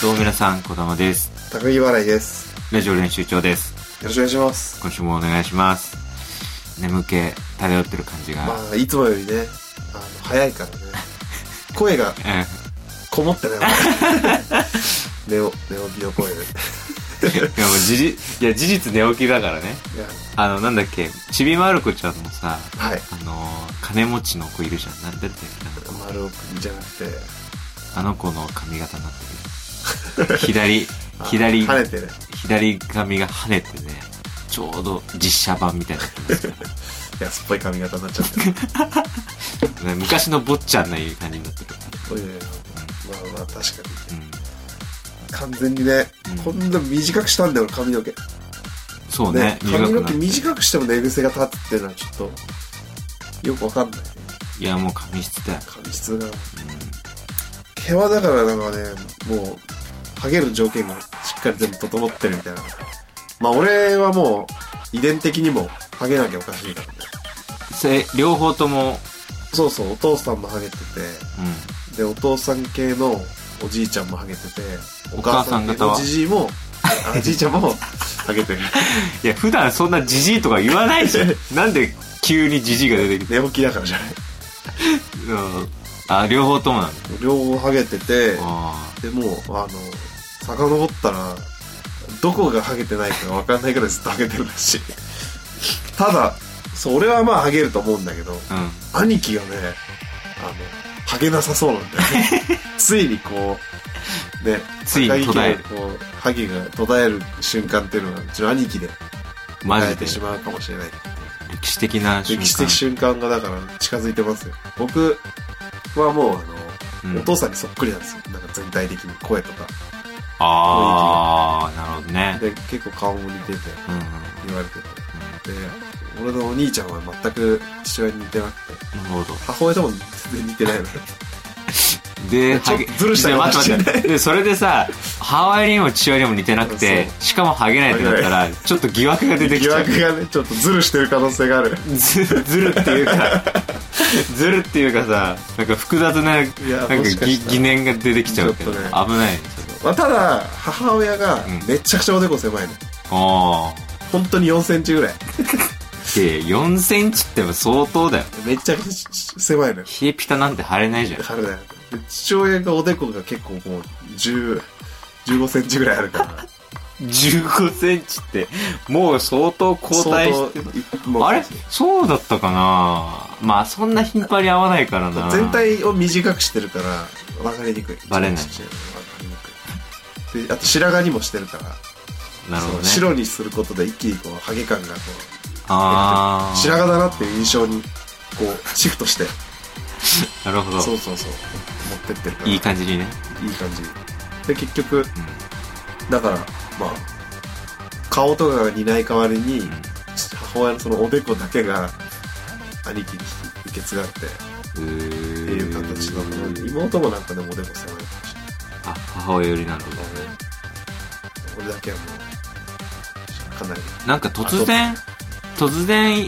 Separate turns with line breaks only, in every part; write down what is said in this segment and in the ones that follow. どうも皆さん、こたまです。
高木払いです。
ラジオ練習長です。
よろしくお願いします。
今週もお願いします。眠気漂ってる感じが。
まあ、いつもよりね、あの、早いからね。声が
え
こもってない。 ネオ、ネオビオ声で。
えいや、もう事実、いや、事実寝起きだからね。
いや、
あの、なんだっけ、ちびまる子ちゃんのさ、
はい。
あのー、金持ちの子いるじゃん。なんだって
丸尾くんじゃなくて、
あの子の髪型になってる。 左、
あ
左、
跳ねてる。
左髪が跳ねてね、ちょうど実写版みたいになってますから。
安っぽい髪型になっちゃってる。
ね 昔の坊ちゃんのいう感じになってる。
そういうねまあまあ、確か
うん。
に。完全にね
うん、
こんな短くしたんだよ、俺髪の毛。
そうね。
髪の毛
て
短くしても寝癖が立つっていうのはちょっと、よくわかんないね。
いや、もう髪質だよ。
髪質が。
う
毛はだからなんかねもうハゲる条件がしっかり全部整ってるみたいなまあ俺はもう遺伝的にもハゲなきゃおかしいからね
ん。それ、両方とも、
そうそうお父さんもハゲて
う
てでお父さん系のおじいちゃんもハゲてて
お母さん
お
方は
おじじいもあおじいちゃんもハゲてる
ん。いや、普段そんなジジイとか言わないじゃ ん。なんで急にジジイが出てきて。
寝起きだからじゃない
うん。あ、両方ともなんだ。
両方ハゲてて
あ
でもうあの遡ったらどこがハゲてないか分かんないぐらいずっとハゲてるらしいただそう俺はまあハゲると思うんだけど
あ。うん。
兄貴がねあのハゲなさそうなんだよ ねついにこうね
ついに途絶える
高木家がこうハゲが途絶える瞬間っていうのはうちの兄貴で
マ
変え
ジで
て。しまうかもしれない
歴史的な瞬間。
歴史的瞬間がだから近づいてますよ僕はもうあの、
うん
お父さんにそっくりなんですよなんか全体的に声とか
ああ、なるほどね。
で結構顔も似てて
うんうん。
言われててで俺のお兄ちゃんは全く父親に似てなくて
なるほど。
母親とも全然似てないの
で、
ちょっとずるした
いや
かも
待っ
してれ
待
な
っ
い
て。で、それでさ、ハワイにも父親にも似てなくて、しかもハゲないってなったら、ちょっと疑惑が 出てき
疑
ちゃう。
惑がねちょっとズルしてる可能性がある
ずずるっていうかずるっていうかさなんか複雑ななんか
やもしか
ぎ
したら
疑念が出てきちゃうけど、
ちょっと
危ない
まあ、ただ母親が
うん
めちゃくちゃおでこ狭いの、
ああ
本当に4センチぐらい
で4センチっても相当だよ
めちゃくちゃ狭いのよ
冷えピタなんて腫れないじゃん
彼だよで父親がおでこが結構もう10 15センチぐらいあ るから
15センチってもう相当後退してる
相当もう
あれそうだったかなまあそんな頻繁に合わないからな
全体を短くしてるから分かりにくい
バレない
ちっちゃの分かりにくいであと白髪にもしてるから
なるほどね
そう白にすることで一気にこうハゲ感がこ
あ
う
あ
白髪だなっていう印象にこうシフトして
なるほ
そ
ど
うそうそう持ってってるから
いい感じにね、
いい感じで結局
うん
だからまあ顔とかが似ない代わりに、
うん
母親のそのおでこだけが兄貴に受け継がれてっ
うー
ていう形のものに妹もなんかでもおでこ狭いかもしれない
あ母親よりなのだね
俺だけはもうかなり
なんか突然、突然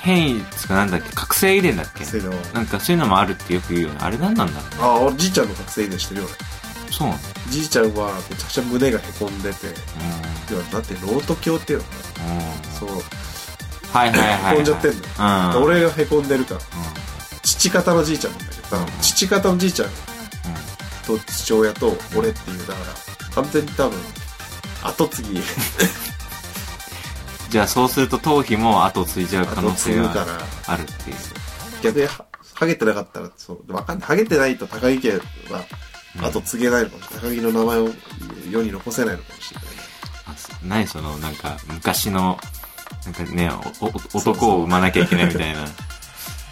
変異つかなんだっけ、覚醒遺伝だっけ
せいの
なんかそういうのもあるってよく言うよね。あれ何なんだろ
あおじいちゃんの覚醒遺伝してるよ
うそうなの
俺じいちゃんはめちゃくちゃ胸がへこんでて要はだってロート鏡っていうのか
うん。うん。
なそう
はいはいはい、はい。
へこんじゃってんの
うん。
俺がへこんでるか
う
ら
ん、
父方のじいちゃんなんだけどさ父方のじいちゃんと父親と俺っていうだから完全に多分後継ぎ
じゃあそうすると頭皮も後ついちゃう可
後
能
継
性
ぐ
が
から
あるっていう。
逆にはハゲてなかったらそうわかんないハゲてないと高木家は後継げないのかもしれない、高木の名前を世に残せないのかもしれない
あそ何その、なんか昔の、なんかね、おお男を産まなきゃいけないみたいな。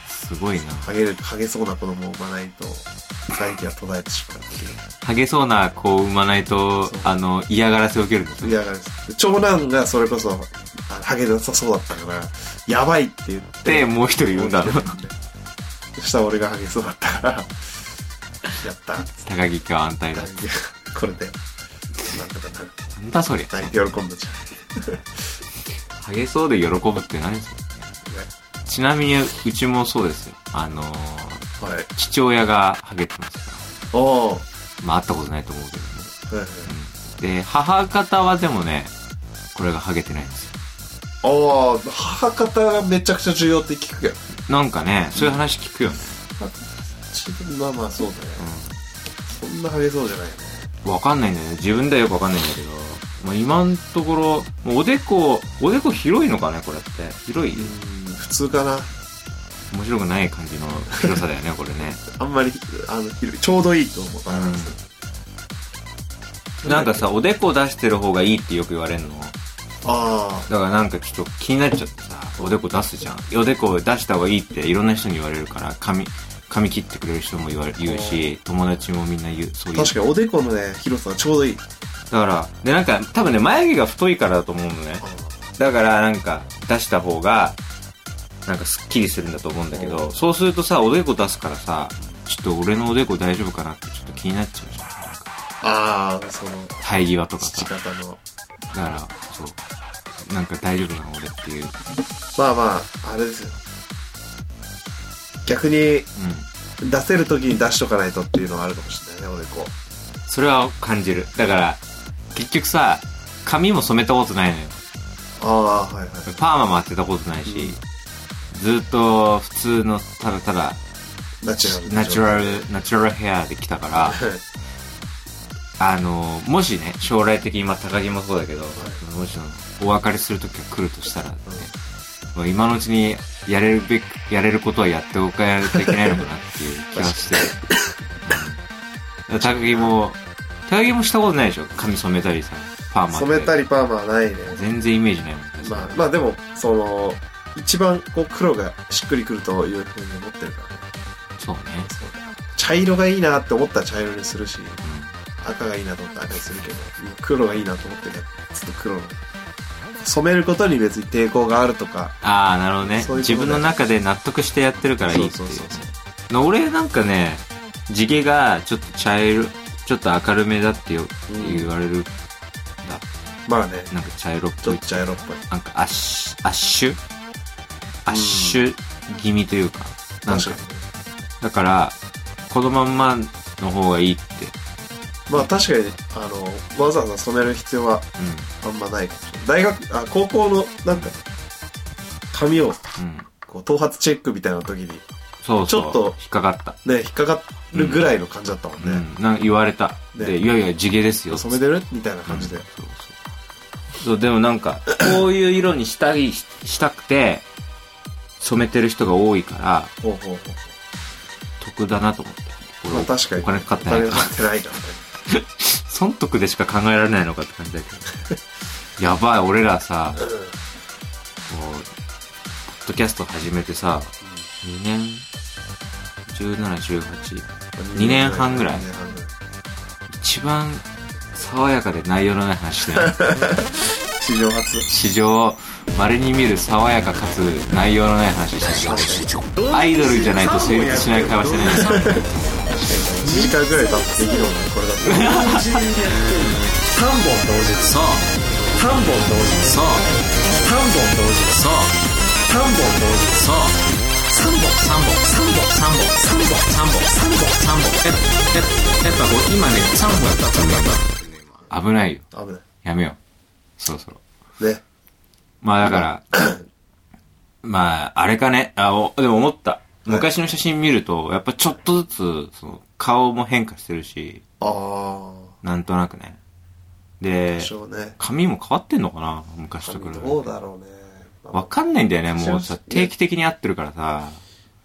すごいな。
ハゲるハゲそうな子供を産まないと大気が途絶えてしまうっていう
ハゲそうな子を産まないと
そう、
あの、嫌がらせを受けるんだ
いや長男がそれこそあハゲなさそうだったからやばいって言って
で、もう一人産んだの。
そしたら俺がハゲそうだったからやった
高木家は安泰だ。
これでなんとかなる
なんだそりゃ。
泣いて喜んだじ
ハゲそうで喜ぶって何ですか
ゃ
ちなみに、うちもそうですよ。あのー、
んはい
父親がハゲてますか
おお
ら。まあ、会ったことないと思うけどね。
はいはい。
で、母方はでもね、これがハゲてないんですよ。
ああ、母方がめちゃくちゃ重要って聞くけど。
なんかね、そういう話聞くよね。
まあまあそうだね。そんなハゲそうじゃないよね。
わかんないんだよね。自分ではよくわかんないんだけど。まあ、今のところ、もうおでこ、おでこ広いのかね、これって。広い
うん、普通かな。
面白くない感じの広さだよね、これね。
あんまり、あの、広いちょうどいいと思う。バランス
なんか、さ、おでこ出してる方がいいってよく言われるの。
あ
だからなんかちょっと気になっちゃってさ、おでこ出すじゃん。おでこ出した方がいいっていろんな人に言われるから、髪、髪切ってくれる人も言われ言うし、友達もみんな言う、そう
あ、
いう。
確かにおでこのね、広さはちょうどいい。
だから、で、なんか、多分ね、眉毛が太いからだと思うのね。だから、なんか、出した方が、なんか、すっきりするんだと思うんだけど、そうするとさ、おでこ出すからさ、ちょっと俺のおでこ大丈夫かなってちょっと気になっちゃうじゃん。なんか
ああ、その、
生え際とか
父
さ。
方の。
だから、そう。なんか大丈夫なの俺っていう。
まあまあ、あれですよ。逆に、
うん。
出せる時に出しとかないとっていうのはあるかもしれないね、おでこ。
それは感じる。だから、結局さ、髪も染めたことないのよ。
ああ、はいはい。
パーマも当てたことないし、ずっと普通のただただ
ナチュラル。
ナチュラル、ナチュラルヘアで来たから、
はい。
あの、もしね、将来的に、まあ高木もそうだけど、もしお別れする時が来るとしたらね、まあ今のうちにやれるべく、やれることはやっておかないといけないのかなっていう気が して、うんだから高木も、高木もしたことないでしょ髪染めたりさ、パーマ当て
染めたりパーマはないね。
全然イメージないもんね。
まあ、まあでも、その、一番こう黒がしっくりくるというふうに思ってるからね。
そうね。
そう茶色がいいなって思ったら茶色にするし、
う
赤がいいなと思ったら赤にするけど、黒がいいなと思ってね、ちょっと黒の。染めることに別に抵抗があるとか。
ん、ああ、なるほどね
そういうことだ
自分の中で納得してやってるからいいっていう。
そうそうそう
の俺なんかね、地毛がちょっと茶色、ちょっと明るめだってよ
うん
言われる、
まあね、
なんか茶色っ
ち
ぽ
ょっ
い
と。茶色っぽい。
なんかアッシュ、アッシュアッシュ気味というか。なん
確
か
かに。
だから、このまんまの方がいいって。
まあ確かに、あの、わざわざ染める必要はあんまないかもしれない。大学、あ、高校の、なんか、髪を、
うん。うん。
こう、頭髪チェックみたいな時に、
そうそう。
ちょっと
引っかかった。
ね、引っかかるぐらいの感じだったもん
う
ね。
ん。なんか言われた。
ね
で、いやいや、地毛ですよ。
染めてるみたいな感じで。
うんそうそうそうでもなんかこういう色にしたいししたくて染めてる人が多いから
ほうほうほう。
得だなと思って
まあ確かに。
お金かかってない
お金かかってないからね。
損得でしか考えられないのかって感じだけどやばい俺らさこうポッドキャスト始めてさ2年1718二年半ぐらい
二年半ぐらい。
一番爽やかで内容のない話だよ
史上初。
史上稀に見る爽やかかつ内容のない話してしまうアイドルじゃないと成立しない会話してないんですよ
1時間ぐらい経ってできるもんね、これだって。3本同時。
そう
3本同時。
そう
3本同時。
そう
3本同時。
そう
3本。
三本三本三本三本三本三本三本ええやっぱこう今ね三本だった三本だった危ないよ
危な
やめようそろそろ
い。ね。
まあだから、 まあ、あれかね、あ、お、でも思った。昔の写真見ると、やっぱちょっとずつ、その、顔も変化してるし、
ああ。
なんとなくね。で
で、しょうね。
髪も変わってんのかな昔と比べて。
どうだろうね。
わかんないんだよね、もう
そ
さ
うで、すね
定期的に会ってるからさ。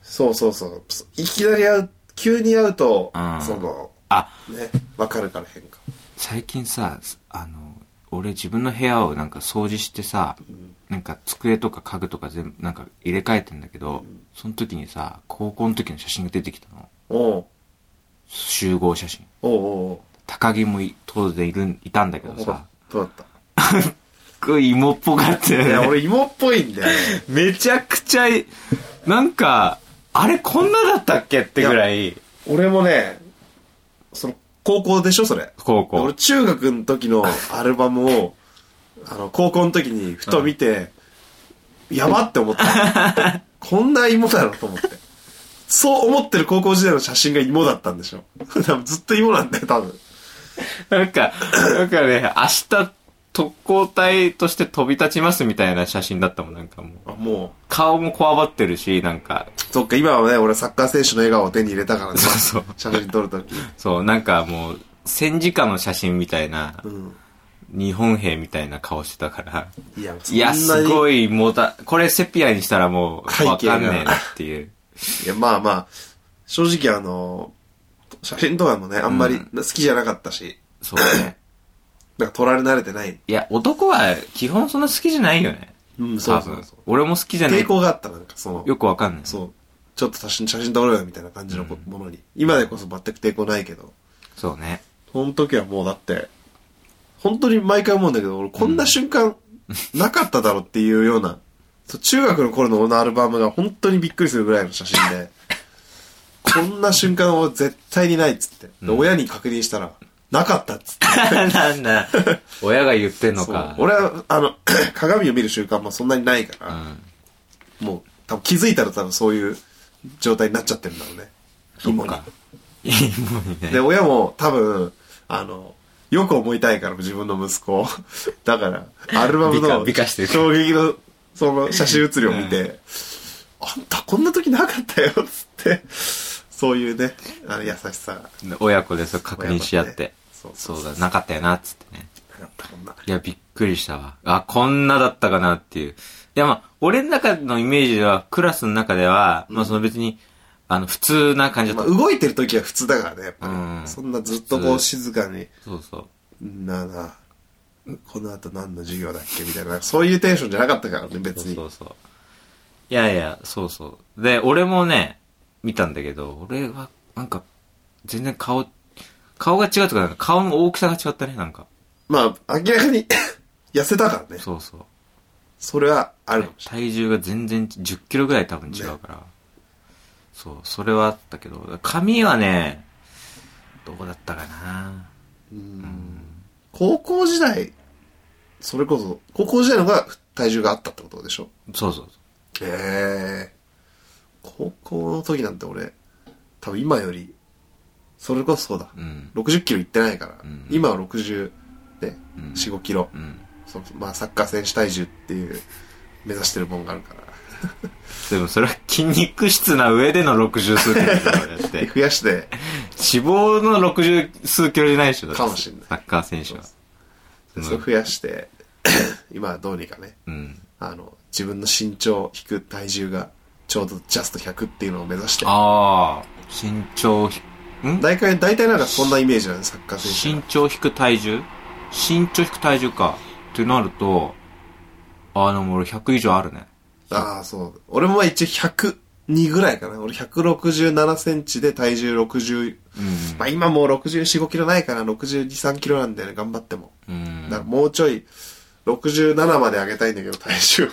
そうそうそう。いきなり会う、急に会うと、
うん
その、
あ、
ね、わかるから変化。
最近さ、あの、俺自分の部屋をなんか掃除してさ、なんか机とか家具とか全部なんか入れ替えてんだけど、その時にさ、高校の時の写真が出てきたの。
おう
集合写真。
おうおうおう
高木もい当然いるんいたんだけどさ、
どうだった
すっごい芋っぽかった
いや、
よね。
俺芋っぽいんだよ ね。
めちゃくちゃ、なんか、あれこんなだったっけってぐらい、
俺もね、その、高校でしょ、それ。
高校
俺、。中学の時のアルバムを、あの、高校の時にふと見て、やばって思った。 こんな芋だろと思って。 そう思ってる高校時代の写真が芋だったんでしょ。多分ずっと芋なんだよ、多分。
なんか、なんかね、明日特攻隊として飛び立ちますみたいな写真だったもん、なんかもう。
あも
顔もこわばってるし、なんか、
う、そっか、今はね、俺サッカー選手の笑顔を手に入れたからね。
そうそう。
写真撮るとき。
そう、なんかもう、戦時下の写真みたいな
う、ん。
日本兵みたいな顔してたから。
いや、
いや、
そんな
す
に
ごい、もうだ、これセピアにしたらもう、わ
背景が
かんねえなっていう。
いや、まあまあ、正直あの、写真とかもね、あんまり好きじゃなかったし、
そうね。
なんか撮られ慣れてない。
いや、男は基本そんな好きじゃないよね。
うん
多分。俺も好きじゃない
抵。抗があった、なんかその、
よくわかんない。そう。
そう。ちょっと写真、写真撮ろうよみたいな感じのこものに。今でこそ全く抵抗ないけど、
ね。
その時はもうだって、本当に毎回思うんだけど、俺こんな瞬間、なかっただろっていうような、そう中学の頃の俺のアルバムが本当にびっくりするぐらいの写真で、こんな瞬間は絶対にないっつって。で
うん
親に確認したら、なかったっつって。
なんだ。親が言ってんの
そう
か。
俺は、あの、 鏡を見る習慣もそんなにないか
う
ら、
ん。
もう、多分気づいたら多分そういう状態になっちゃってるんだろうね。
そ
芋
う
に
か。いいもんね。
で、親も多分、あの、よく思いたいから、自分の息子を。 だから、アルバムの
美化美化してる
衝撃の、その写真写りを見て、あんたこんな時なかったよ、つって、そういうね、あの優しさ。
親子でそう確認し合って。
そうそう
そうだ、なかったよな、っつってね。
なかったこんな。
いや、びっくりしたわ。あ、こんなだったかなっていう。いや、まあ、俺の中のイメージでは、クラスの中では、まあ、その別に、あの、普通な感じだ
まあ、
った。
動いてる時は普通だからね、やっぱり。
うん
そんなずっとこう静かに、
そうそう。
なあなあ、この後何の授業だっけみたいな、そういうテンションじゃなかったからね、別に。
そうそうそう。いやいや、そうそう。で、俺もね、見たんだけど、俺は、なんか、全然顔、顔が違うとか、なんか顔の大きさが違ったね、なんか。
まあ、明らかに 痩せたからね。
そうそう。
それはあるかもし
体重が全然10キロぐらい多分違うから。そう、それはあったけど、髪はね、どこだったかな。
れない。うん高校時代、それこそ、高校時代の方が体重があったってことでしょ
そうそうそう。
へえ。高校の時なんて俺、多分今より、それこそそうだ。
うん。
60キロいってないから、
うん
今は60、ね、
うん
4、5キロ。
うん。
そうまあ、サッカー選手体重っていう、目指してるもんがあるから。
でもそれは筋肉質な上での60数キロだからだって。
増やして、
脂肪の60数キロじゃないでしょ、だって
かもしんない
サッカー選手は。うん
そう増やして、 今はどうにかね、
うん。
あの、自分の身長引く体重が、ちょうどジャスト100っていうのを目指して、
ああ、身長ひ、ん
大体、大体なんかそんなイメージなんです、サッカー選手
身
は。
長引く体重身長引く体重か。ってなると、あー、でも俺100以上あるね。
ああ、そう。俺も一応102ぐらいかな。俺167センチで体重60、
うん
まあ今もう64、5キロないから62、3キロなんだよね、頑張っても。。
う
だ
ん。
からもうちょい、67まで上げたいんだけど、体 重を。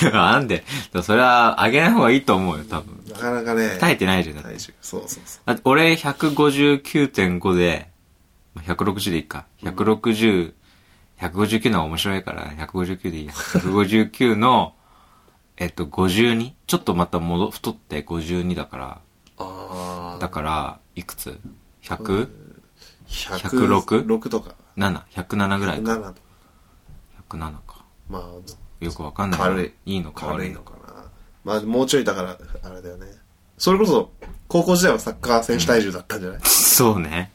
でもなんで、でもそれは上げない方がいいと思うよ、多分。
なかなかね。
鍛えてないじゃん。だって
体重。そうそうそう。
あ俺159.5で、まあ160でいいか。160、159のは面白いから、159でいいや。159の、えっと、52? ちょっとまた戻、太って52だから、
あ
だから、いくつ ?100?7?107 106
106とか。
ぐらいか。
7とか。
107か。
ま
よくわかんない。
軽い
いいの
あ、
か
軽
悪い
い
の
の
か。
かな。まあ、もうちょいだから、あれだよね。それこそ、高校時代はサッカー選手体重だったんじゃない、
そうね。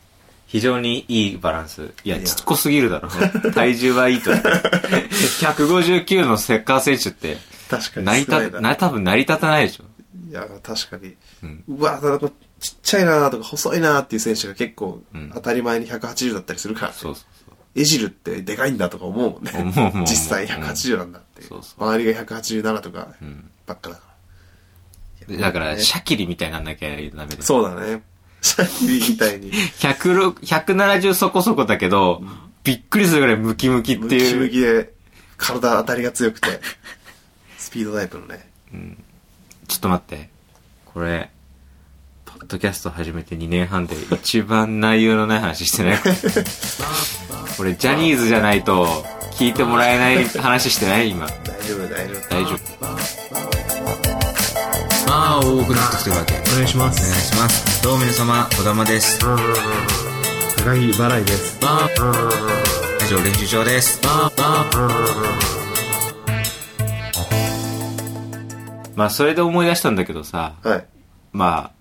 非常にいいバランス。いや、
いや
ちっこすぎるだろ。体重はいいと思う。159のセッカー選手って、
確かに
成り
少ない
立た、な、多分成り立たないでしょ。
いや、確かに。
うん。
うわ、なんかちっちゃいなとか細いなっていう選手が結構
うん、
当たり前に180だったりするから、
そうそう
エジルってでかいんだとか思うもんね。
そう。思うもうもう。
実際180なんだっていう。
そうそう
周りが187とか
うん。
ばっかだから。
うん。だから、
ね
シャキリみたいになんなきゃダメだよ。
そうだね。シャキリみたいに。
106 170そこそこだけど、びっくりするぐらいムキムキって
ムキ
いう。
ムキで、体当たりが強くて、スピードタイプのね。
ちょっと待って。これ、ポッドキャスト始めて2年半で一番内容のない話してない。これ、ジャニーズじゃないと聞いてもらえない話してない今。
大丈夫、大丈夫。
大丈夫。
ああ、多くなってきてるわけ。
お願いしま
お願い
す。
します。どうも皆様、小玉です。高木払いです。
以上練習場ですまあそれで思い出したんだけどさ
はい。
ま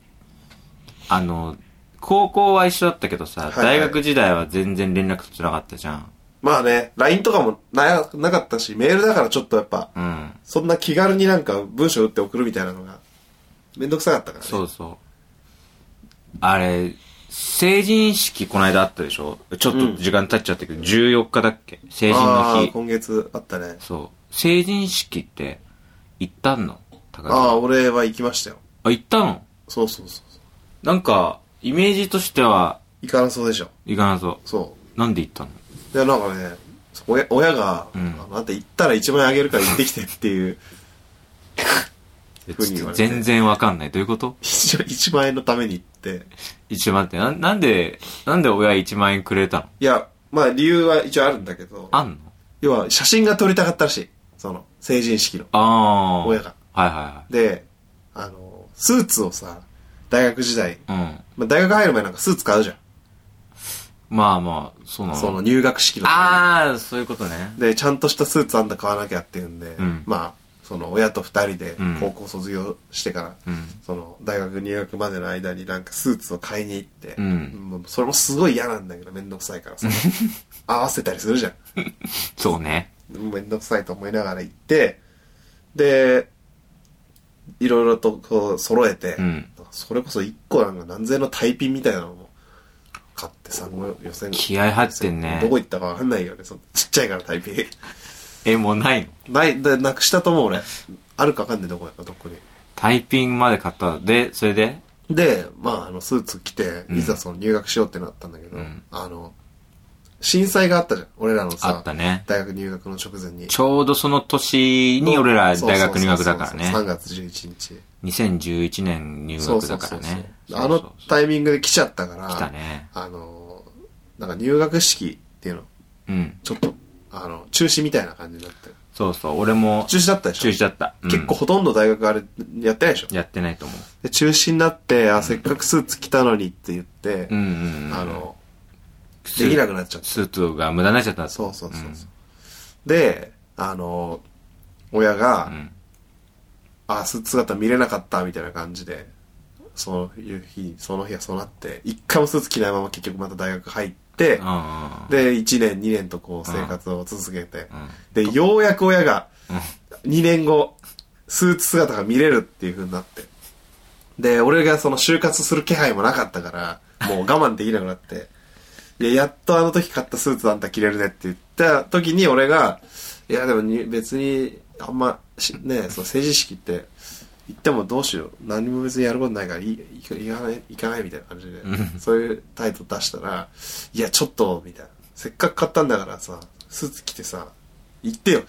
ああの高校は一緒だったけどさ、
いはい
大学時代は全然連絡取ってなかったじゃん
まあね、LINE とかもな、なかったし、メールだからちょっとやっぱ、
うん
そんな気軽になんか文章打って送るみたいなのが、めんどくさかったからね。
そうそうあれ成人式この間あったでしょちょっと時間経っちゃったけど、14日だっけ成人
あ
の
あ、
日
今月あったね。
そう成人式って行ったの高木
ああ、俺は行きましたよ。
あ行ったの
そうそうそうそう。
なんか、イメージとしては、
行かなそうでしょ。
いかなそ。
そう
なんで行ったの
う。で、なんかね、親親が、
うん
あんた行ったら1万円あげるから行ってきてっていう、
え
ふうに
ち
言
ょっ
わ
と
れて
全然わかんない。どういうこと
一応1万円のために行って、
一応待って、な、なんで、なんで親1万円くれたの
いや、まあ理由は一応あるんだけど、
あんの
要は写真が撮りたかったらしい。その、成人式の。
ああー。
親が。
はいは
で、あの、スーツをさ、大学時代、
いはい。うん。
まあ、大学入る前なんかスーツ買うじゃん。
まあまあ、そうなの。
その入学式の。
ああ、そういうことね。
で、ちゃんとしたスーツあんた買わなきゃっていうんで、
ん
まあ、その親と二人で
うん
高校卒業してから、
うん。
その大学入学までの間になんかスーツを買いに行って、
うん
もうそれもすごい嫌なんだけどめんどくさいか らさ、合わせたりするじゃん。
そうね。
めんどくさいと思いながら行って、で、いろいろとこう揃えて、
うん
それこそ1個なんか何千円のタイピンみたいなのも買ってさ、もう予選
気合入ってんね
どこ行ったかわかんないよね、そのちっちゃいからタイピン。
え、もうないの
ない、でなくしたと思う俺。あるかわかんないどこやった、どこに。
タイピングまで買った。で、それで
で、まあ、あの、スーツ着て、
ん
いざその入学しようってなったんだけど、
うん
あの、震災があったじゃん、俺らのさ、
あったね。
大学入学の直前に。
ちょうどその年に俺ら
そうそう
大
そう
学
そう
入学だからね。
3月11日。
2011年入
そう
学
そ
だ
う
か
そ
ら
うそう
ね。
あの
そうそうそう
タイミングで来ちゃったから、
来たね。
あの、なんか入学式っていうの、
うん。
ちょっと、あの、中止みたいな感じになって。
そうそう、俺も
中止だったでしょ
中止だった。うん
結構ほとんど大学あれ、やってないでしょ
やってないと思う。
で、中止になって、あ、せっかくスーツ着たのにって言って
う、んうんうん。
あ、の、
ス
できなくなっちゃって。
スーツが無駄になっちゃったんだ
そうそうそうそう。で、あの、親が、
うんうん
あ、スーツ姿見れなかったみたいな感じで、そのいう日、その日はそうなって、一回もスーツ着ないまま結局また大学入って
う、んうん。
で、1年、2年とこう生活を続けて、
うん
で、ようやく親が、2年後、スーツ姿が見れるっていう風になって。で、俺がその就活する気配もなかったから、もう我慢できなくなって、いや、やっとあの時買ったスーツあんた着れるねって言った時に俺が、いや、でもに別に、あんまし、ね、その成人式って、行ってもどうしよう。何も別にやることないから、いい行かない、行かないみたいな感じで、そういう態度出したら、いや、ちょっと、みたいな。せっかく買ったんだからさ、スーツ着てさ、行ってよ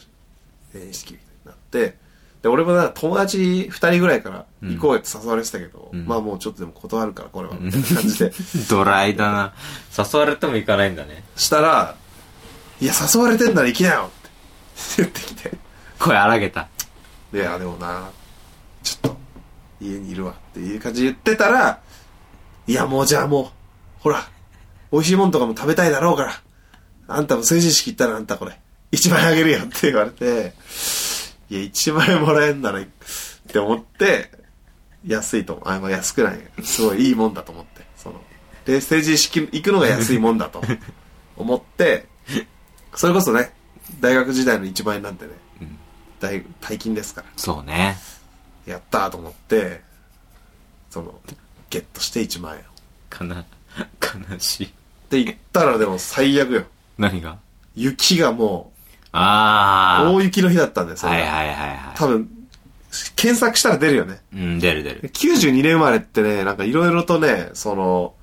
成人式みたいになって、で、俺もなんか友達2人ぐらいから行こうよって誘われてたけど、
ん
まあもうちょっとでも断るから、これは、みたいな感じで。
ドライだな。誘われてもいかないんだね。
したら、いや、誘われてんなら行きなよって言ってきて、
声荒げた。
いや、でもな、ちょっと、家にいるわっていう感じで言ってたら、いや、もうじゃあもう、ほら、美味しいもんとかも食べたいだろうから、あんたも成人式行ったらあんたこれ、1万円あげるよって言われて、いや、1万円もらえんならいいって思って、安いと思う。あ、まあ安くない。すごいいいもんだと思って。その、で、成人式行くのが安いもんだと思って、それこそね、大学時代の1万円なんてね、大大金ですから。
そうね。
やったーと思って、その、ゲットして1万円を。
かな、悲しい。
で、行ったらでも最悪よ。
何が
雪がもう、
あ
大雪の日だったんです
あ。
よ。
はいはいはいは
多分、検索したら出るよね。
い。うん、出る出る。
92年生まれってね、なんかいろいろとね、その、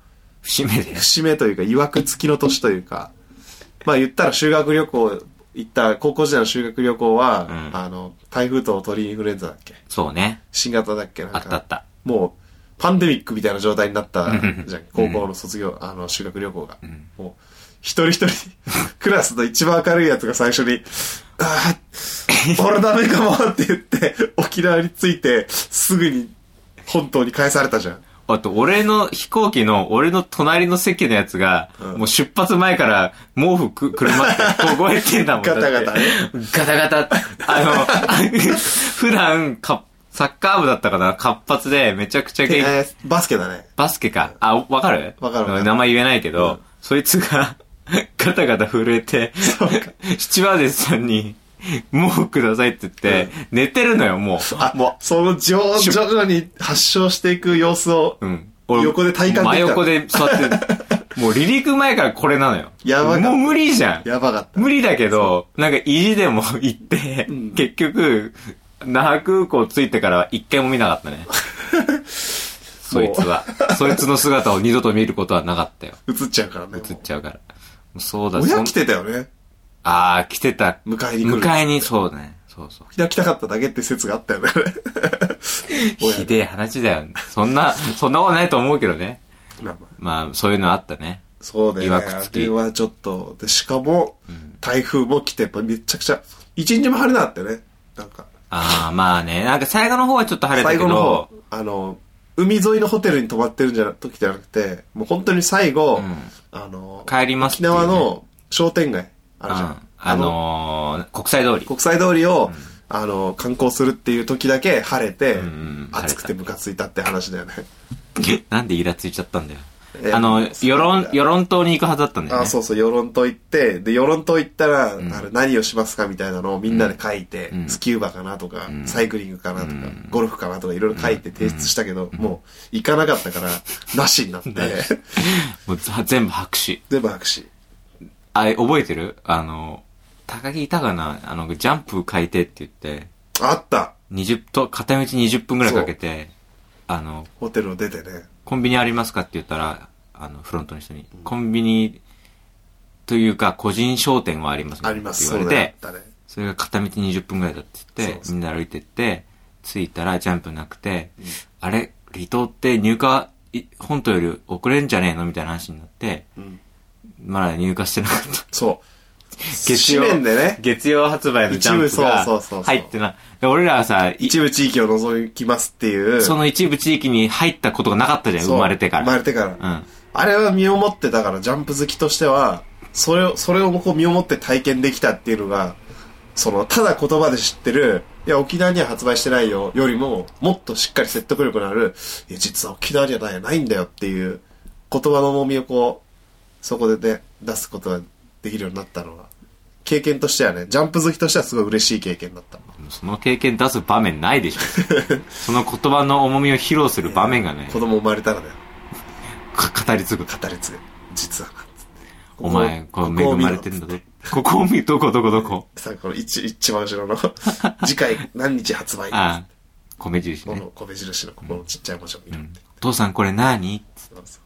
節目で。
節目というか、いわくつきの年というか、まあ言ったら修学旅行、行った、高校時代の修学旅行は、
うん
あの、台風と鳥インフルエンザだっけ
そうね。
新型だっけなん
あ
か。
ったあった。
もう、パンデミックみたいな状態になったじゃん。高校の卒業、あの、修学旅行が。もう、一人一人、 クラスの一番明るいやつが最初に、ああ、俺ダメかもって言って、沖縄に着いて、すぐに本島に返されたじゃん。
あと、俺の飛行機の、俺の隣の席のやつが、
うん
もう出発前から毛布く、くるまって、こう動いてんだもん。
ガタガタね
だってガタガタ。あの、 普段、か、サッカー部だったかな活発で、めちゃくちゃ元気
えーバスケだね。
バスケか。あ、わかる
わかるわかる
名前言えないけど、
うん
そいつが、 ガタガタ震えて、七葉ですさんに、もうくださいって言って、寝てるのよ、も
あ、もう、その徐々徐々に発症していく様子を
う。うん。
横で体感できた
真横で座 って、もう離陸前からこれなのよ。
やばかった
もう無理じゃん。
やばかった。
無理だけど、なんか意地でも行って、
ん
結局、那覇空港着いてからは一回も見なか ったね。そいつは。そいつの姿を二度と見ることはなかったよ。
映っちゃうからね。
映っちゃうから。もうそうだ、そ
親
ん
来てたよね。
ああ、来てた。
迎えに来る。
迎えに、そうね。そうそう。
来たかっただけって説があったよね。 親
ひでえ話だよ、そんな、そんなことないと思うけどね。
まあまあ
まあ、そういうのあったね。
そうだ
い
よ
わ
ね。
くつ
あ
き
れはちょっと、で、しかも、台風も来て、やっぱめちゃくちゃ、一日も晴れなかったよね。なんか、
ああ、まあね。なんか最後の方はちょっと晴れたけ
最後
ど。
の方、あの、海沿いのホテルに泊まってるんじゃな、時じゃなくて、もう本当に最後、
うん
あの、
帰りますっ
沖
ていうね
縄の商店街、あるじゃ
う
ん。
んあのー、国際通り。
国際通りを、あの、観光するっていう時だけ晴れて、
うんうん
暑くてムカついたって話だよね。
なんでイラついちゃったんだよ
え。
あの、
そう
与論、与論島に行くはずだったんだよね。
あ、そうそう、与論島行って、で、与論島行ったら、あれ何をしますかみたいなのをみんなで書いて、
うん
スキューバかなとか、
ん
サイクリングかなとか、
うん
ゴルフかなとかいろいろ書いて提出したけど、もう行かなかったから、なしに なって、
もうざ全部白紙。
全部白紙。
あれ、覚えてるあの、高木いたかなあの、ジャンプ変えてって言って。
あった
20と、片道20分ぐらいかけて、あの、
ホテルを出てね。
コンビニありますかって言ったら、あの、フロントの人に、コンビニというか、個人商店はありますね
あります、
っ
そ
て言
う
わ
だよ
れて、
あったね。
それが片道20分ぐらいだって言って
そう、そう
みんな歩いてって、着いたらジャンプなくて、あれ、離島って入荷、い本島より遅れんじゃねえのみたいな話になって、
うん。
まだ入荷してなか った。
そう。紙面でね、
月曜発売のジャンプが
一部そうそうそうそう
入ってな、で俺らはさ、い
一部地域を除きますっていう。
その一部地域に入ったことがなかったじゃん、
そう
生まれてから。
生まれてから。
うん。
あれは身をもってだからジャンプ好きとしてはそれをそれをこう身をもって体験できたっていうのがそのただ言葉で知ってるいや沖縄には発売してないよよりももっとしっかり説得力のあるいや実は沖縄にはないないんだよっていう言葉の重みをこうそこでね出すことができるようになったのは経験としてはねジャンプ好きとしてはすごい嬉しい経験だった
その経験出す場面ない でしょ。その言葉の重みを披露する場面がね、
子供生まれたらだよ
か語り継ぐ。
語り継ぐ実はなつって
お前、こう恵まれてるんだ
ここを見ろ
ぞ。ここを見る、どこどこどこ。
さこの一一番後ろの 次回何日発売
ああ、米印
こ
ね
の。米印のここのちっちゃい文字を見
う
るっ
ん
て、
父さんこれ何
そうそう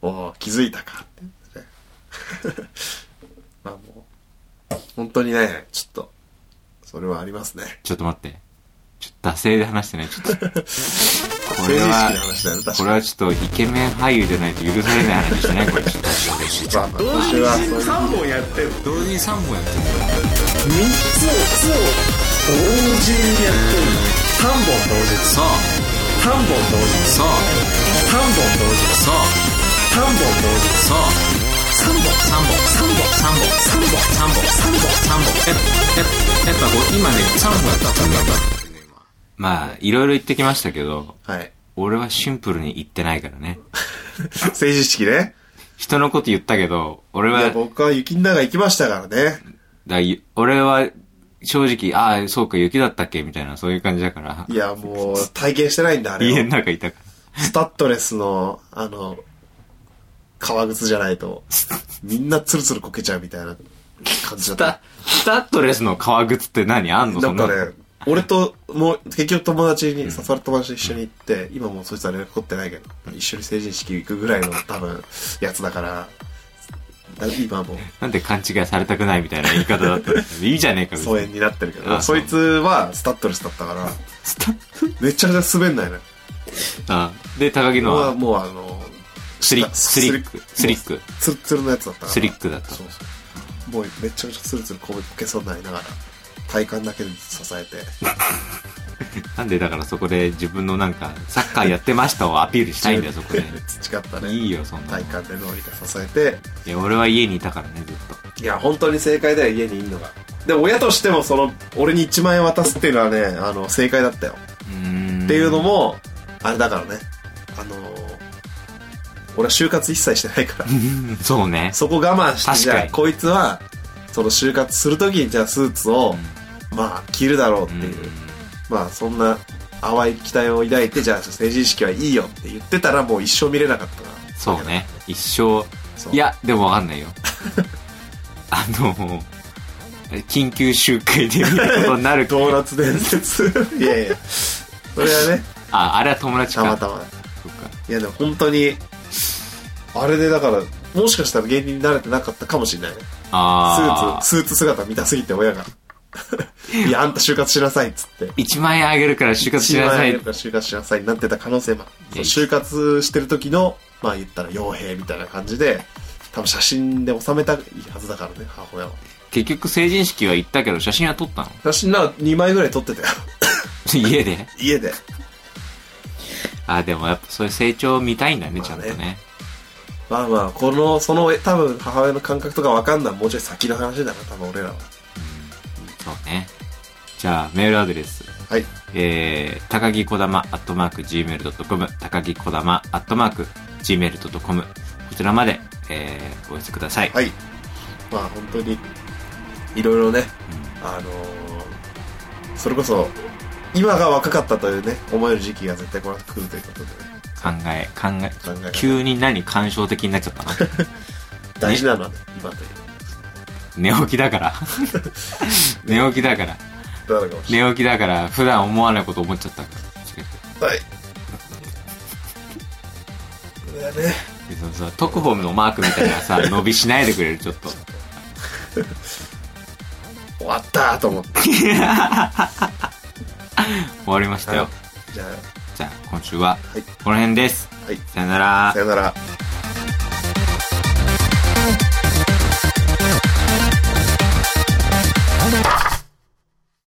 おお気づいたかってね まあもう本当にねちょっとそれはありますね
ちょっと待って。ちょっと惰性で話してない。ちょ っと。こ
成
れ
人式の
は、
話だよね確
これ
か
はちょっとイケメン俳優じゃないと許されない話してないこれ。ちょっと
にまあまあ今週はそういう
本やってる
同時に3本やってる。
3つを同時にやってる3本同時
そう、
3本同時
そう、
3本同時
そう、
3本同時
そう、
3本
3本、3本、3本、
3本
三本三本三本やっぱやっぱこう今ね三本やった三本やったまあいろいろ言ってきましたけど
はい
俺はシンプルに言ってないからね
成人式ね
人のこと言ったけど俺
い
は
や
だか
僕は雪の中行きましたからね
らい俺は正直ああそうか雪だったっけみたいなそういう感じだから
いやもう体験してないんだあれを
家の中いたから
スタッドレスの、あの、革靴じゃないと、みんなツルツルこけちゃうみたいな感じだ
ス
った
タ。スタッドレスの革靴って何あんの
な
そ
ん
んな
か
の
ね、俺と、もう、結局友達に、誘われた友達と一緒に行って、今もうそいつは連絡取ってないけど、一緒に成人式行くぐらいの多分、やつだから、だ今もう、
なんで勘違いされたくないみたいな言い方だったのいいじゃねえか別
疎
に
遠になってるけ
あ
ど、そいつはスタッドレスだったから、
スタ
めちゃくちゃ滑んないね。
あで高木の
は
は
もうあの、
スリッスリックスリッ
も
ク
うツルツルのやつだったから。
スリックだった
そうそうもうめちゃめちゃツルツルこけそうになりながら体幹だけで支えて
なんでだからそこで自分のなんか、サッカーやってましたをアピールしたいん だよ、そこで。
培ったね。
いいよ、そんな
体
の。
幹で脳裏が支えて、
いや、俺は家にいたからね、ずっと。
いや、本当に正解だよ、家にいんのが。で、親としても、その、俺に1万円渡すっていうのはね、あの、正解だったよ。
うーん。
っていうのも、あれだからね。あのー俺は就活一切してないから。
うん。 そうね。
そこ我慢して、
確かに
じゃあ、こいつは、その就活するときに、じゃあ、スーツを、まあ、着るだろうって
うん
いう。まあ、そんな、淡い期待を抱いて、じゃあ、成人式はいいよって言ってたら、もう一生見れなかったな。
そうね。一生、
そう。
いや、でもわかん ないよ。あの、緊急集会で見ることにな る
ドーナツ伝説 いやいやそれはね
あ、あれは友達
た
か。
またま
そっか
いやでも本当にあれでだからもしかしたら芸人になれてなかったかもしれないね
ああ。
スーツスーツ姿見たすぎて親が いやあんた就活しなさいっつって
1万円あげるから就活しなさい。
一万円から就活しなさいになってた可能性もあ
いや
るそう就活してる時のまあ言ったら傭兵みたいな感じで多分写真で収めたいはずだからね母親は
結局成人式は行ったけど写真は撮 ったの
写真なら2枚ぐらい撮ってたよ
家で。
家で
あ、でもやっぱそういう成長を見たいんだね、ちゃんと
まあ
ね。
まあまあ、この、その、多分母親の感覚とかわかんない。もうちょい先の話だな、多分俺らは。
そうね。じゃあ、メールアドレス。
はい。
えー、高木こだま、アットマーク、gmail.com、高木こだま、アットマーク、gmail.com、こちらまで、えー、お寄せください。
はい。まあ本当に、いろいろね、
う
あのーそれこそ、今が若かったというね、思える時期が絶対これ来るということで、ね、
考え、考え、
考え方
急に何感傷的になっちゃったの
大事なのはね、今という。
寝起きだ から。寝起きだから。
だからかもしれ
寝起きだから、普段思わないこと思っちゃったから。
ない。はい。これはね、
でそのさ、特報のマークみたいな さ、伸びしないでくれる、ちょっと。
終わったーと思って。
終わりましたよ。
じゃ
じゃあ、今週は、
はい
この辺です。
はい
さよなら
あ、さ。よなら。